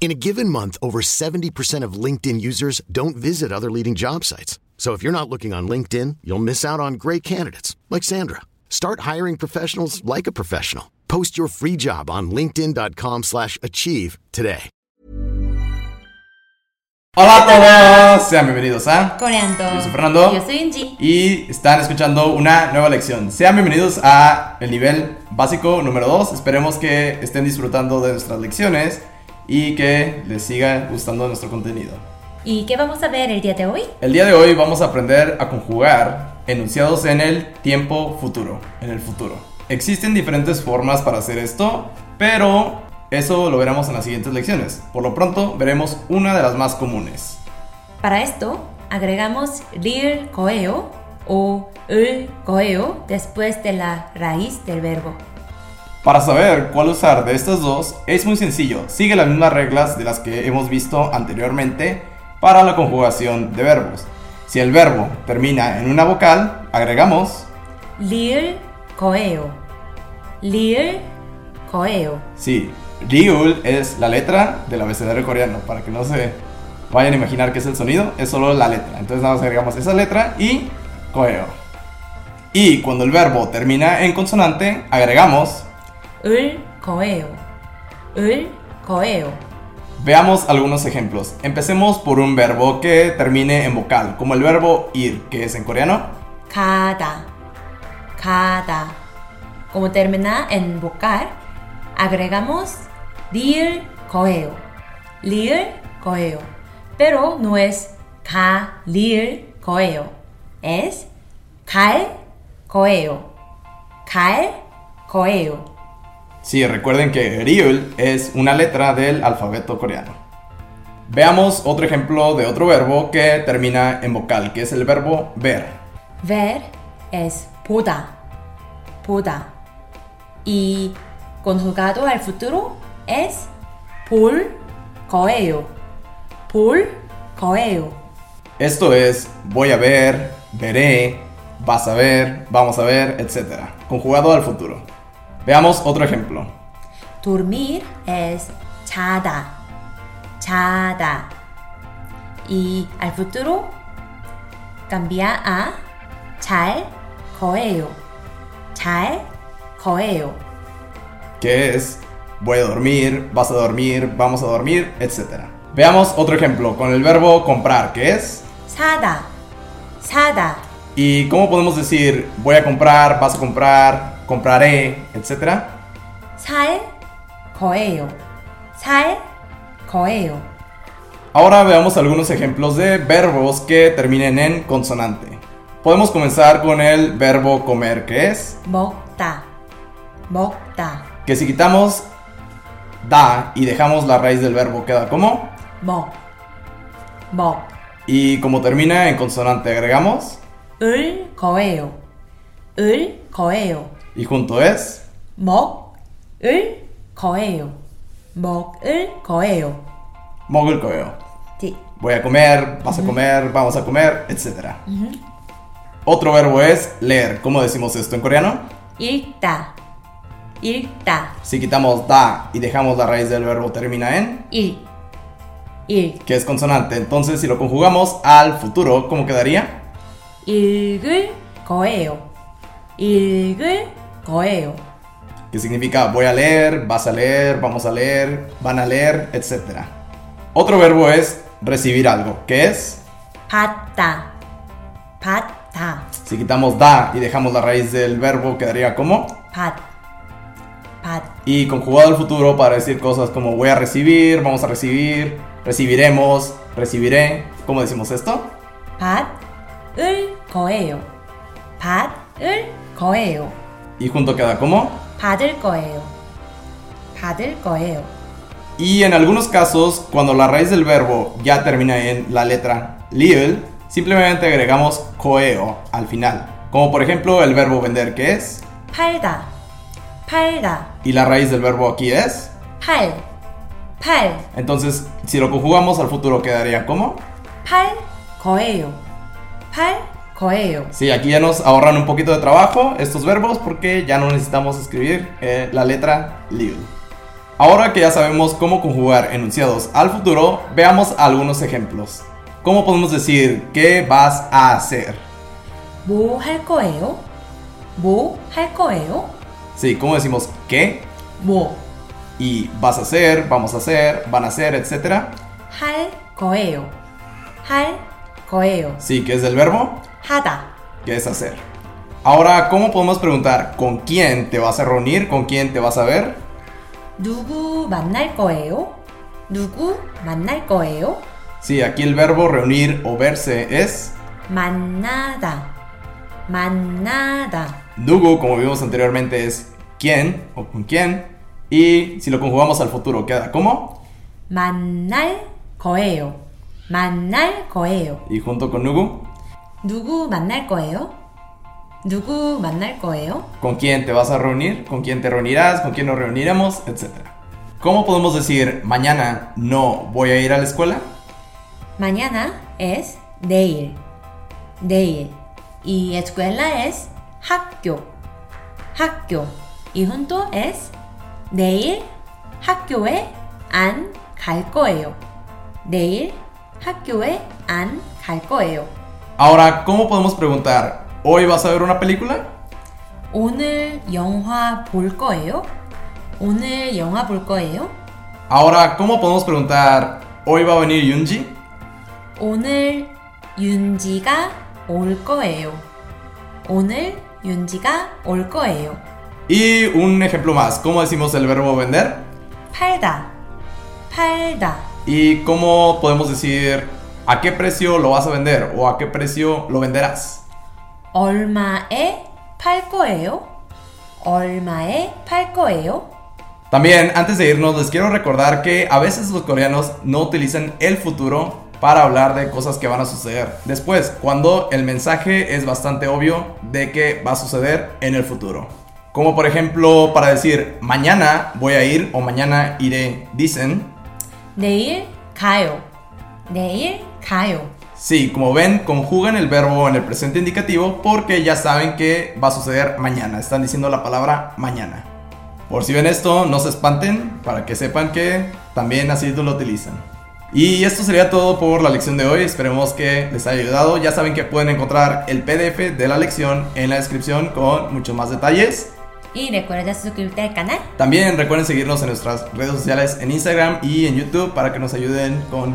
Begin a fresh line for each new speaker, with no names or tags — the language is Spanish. In a given month, over 70% of LinkedIn users don't visit other leading job sites. So if you're not looking on LinkedIn, you'll miss out on great candidates like Sandra. Start hiring professionals like a professional. Post your free job on linkedin.com/achieve slash achieve today.
Hola a todos, sean bienvenidos a
Coreando.
Yo soy Fernando.
Y Yo soy Inji.
y están escuchando una nueva lección. Sean bienvenidos a el nivel básico número 2. Esperemos que estén disfrutando de nuestras lecciones y que les siga gustando nuestro contenido.
¿Y qué vamos a ver el día de hoy?
El día de hoy vamos a aprender a conjugar enunciados en el tiempo futuro, en el futuro. Existen diferentes formas para hacer esto, pero eso lo veremos en las siguientes lecciones. Por lo pronto veremos una de las más comunes.
Para esto, agregamos rir coeo o el coeo después de la raíz del verbo.
Para saber cuál usar de estas dos es muy sencillo. Sigue las mismas reglas de las que hemos visto anteriormente para la conjugación de verbos. Si el verbo termina en una vocal, agregamos
Lir coeo. Lir coeo.
Sí, Ryul es la letra del abecedario coreano. Para que no se vayan a imaginar qué es el sonido, es solo la letra. Entonces nada más agregamos esa letra y coeo. Y cuando el verbo termina en consonante, agregamos.
El coeo. El coeo.
Veamos algunos ejemplos. Empecemos por un verbo que termine en vocal, como el verbo ir, que es en coreano.
cada, cada. Como termina en vocal, agregamos dir coeo, lir coeo. Pero no es ka lir coeo, es kal coeo, kal coeo.
Sí, recuerden que Ryul es una letra del alfabeto coreano. Veamos otro ejemplo de otro verbo que termina en vocal, que es el verbo ver.
Ver es boda, boda. Y conjugado al futuro es por coeo, por coeo.
Esto es voy a ver, veré, vas a ver, vamos a ver, etc. Conjugado al futuro. Veamos otro ejemplo.
Dormir es chada, chada. Y al futuro cambia a 잘 coeo, 잘 coeo.
que es voy a dormir, vas a dormir, vamos a dormir, etc. Veamos otro ejemplo con el verbo comprar, que es.
사다, 사다.
¿Y cómo podemos decir voy a comprar, vas a comprar, compraré, etc.?
살 거예요. 살 거예요.
Ahora veamos algunos ejemplos de verbos que terminen en consonante. Podemos comenzar con el verbo comer, que es.
먹다. 먹다.
Que si quitamos da y dejamos la raíz del verbo queda como.
먹. 먹.
Y como termina en consonante agregamos.
을 거예요. 을 거예요.
Y junto es.
먹을 거예요. 먹을 거예요.
Mogul coeo.
디.
voy a comer, vas a comer, vamos a comer, etc. Otro verbo es leer. ¿Cómo decimos esto en coreano?
읽다. 읽다.
Si quitamos da y dejamos la raíz del verbo termina en,
읽. 읽.
que es consonante. Entonces, si lo conjugamos al futuro, ¿cómo quedaría?
읽을 거예요. 읽을 거예요.
Que significa voy a leer, vas a leer, vamos a leer, van a leer, etc. Otro verbo es recibir algo, que es,
받다. 받다.
si quitamos da y dejamos la raíz del verbo, quedaría como
밭, 밭,
Y conjugado al futuro para decir cosas como voy a recibir, vamos a recibir, recibiremos, recibiré. ¿Cómo decimos esto?
밭을 거예요. 밭을 거예요.
Y junto queda como.
받을 거예요. 받을 거예요.
Y en algunos casos, cuando la raíz del verbo ya termina en la letra liel, simplemente agregamos coeo al final. Como por ejemplo el verbo vender que es,
팔다, 팔다,
y la raíz del verbo aquí es.
팔, 팔,
Entonces, si lo conjugamos al futuro quedaría como.
팔 거예요. 팔 거예요.
Sí, aquí ya nos ahorran un poquito de trabajo estos verbos porque ya no necesitamos escribir eh, la letra liel. Ahora que ya sabemos cómo conjugar enunciados al futuro, veamos algunos ejemplos. ¿Cómo podemos decir qué vas a hacer?
뭐 할 거예요? 뭐 할 거예요?
Sí, ¿cómo decimos qué?
뭐
Y vas a hacer, vamos a hacer, van a hacer, etc.
할 거예요. 할 거예요.
Sí, que es el verbo,
하다.
que es hacer. Ahora, ¿cómo podemos preguntar con quién te vas a reunir, con quién te vas a ver?
누구 만날 거예요? 누구 만날 거예요?
Sí, aquí el verbo reunir o verse es
만나다. 만나다.
Dugu, como vimos anteriormente, es quién o con quién. Y si lo conjugamos al futuro, queda como.
만날 거예요. 만날 거예요.
Y junto con Nugu,
누구 만날 거예요? 누구 만날 거예요?
con quién te vas a reunir, con quién te reunirás, con quién nos reuniremos, etc. ¿Cómo podemos decir mañana no voy a ir a la escuela?
Mañana es 내일. 내일. Y escuela es 학교. 학교. Y junto es 내일 학교에 안 갈 거예요. 내일 학교에 안 갈 거예요.
Ahora, ¿cómo podemos preguntar hoy vas a ver una película?
오늘 영화 볼 거예요? 오늘 영화 볼 거예요?
Ahora, ¿cómo podemos preguntar hoy va a venir Yunji?
오늘 윤지가 올 거예요. 오늘 윤지가 올 거예요.
Y un ejemplo más, ¿cómo decimos el verbo vender?
팔다, 팔다,
¿Y cómo podemos decir a qué precio lo vas a vender o a qué precio lo venderás?
얼마에 팔 거예요? 얼마에 팔 거예요?
También, antes de irnos, les quiero recordar que a veces los coreanos no utilizan el futuro para hablar de cosas que van a suceder después, cuando el mensaje es bastante obvio de que va a suceder en el futuro. Como por ejemplo, para decir mañana voy a ir o mañana iré, dicen,
내일 가요. 내일 가요.
Sí, como ven, conjugan el verbo en el presente indicativo porque ya saben que va a suceder mañana. Están diciendo la palabra mañana. Por si ven esto, no se espanten para que sepan que también así lo utilizan. Y esto sería todo por la lección de hoy. Esperemos que les haya ayudado. Ya saben que pueden encontrar el PDF de la lección en la descripción con muchos más detalles.
Y recuerda suscribirte al canal.
También recuerden seguirnos en nuestras redes sociales en Instagram y en YouTube para que nos ayuden con